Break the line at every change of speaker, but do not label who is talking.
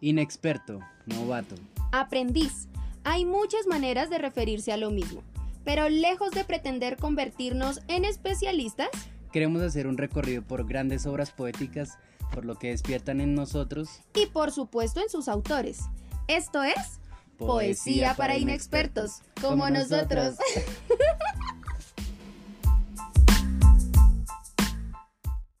Inexperto, novato.
Aprendiz. Hay muchas maneras de referirse a lo mismo, pero lejos de pretender convertirnos en especialistas,
Queremos hacer un recorrido por grandes obras poéticas, por lo que despiertan en nosotros
y por supuesto en sus autores. Esto es Poesía, para, inexpertos, como nosotros.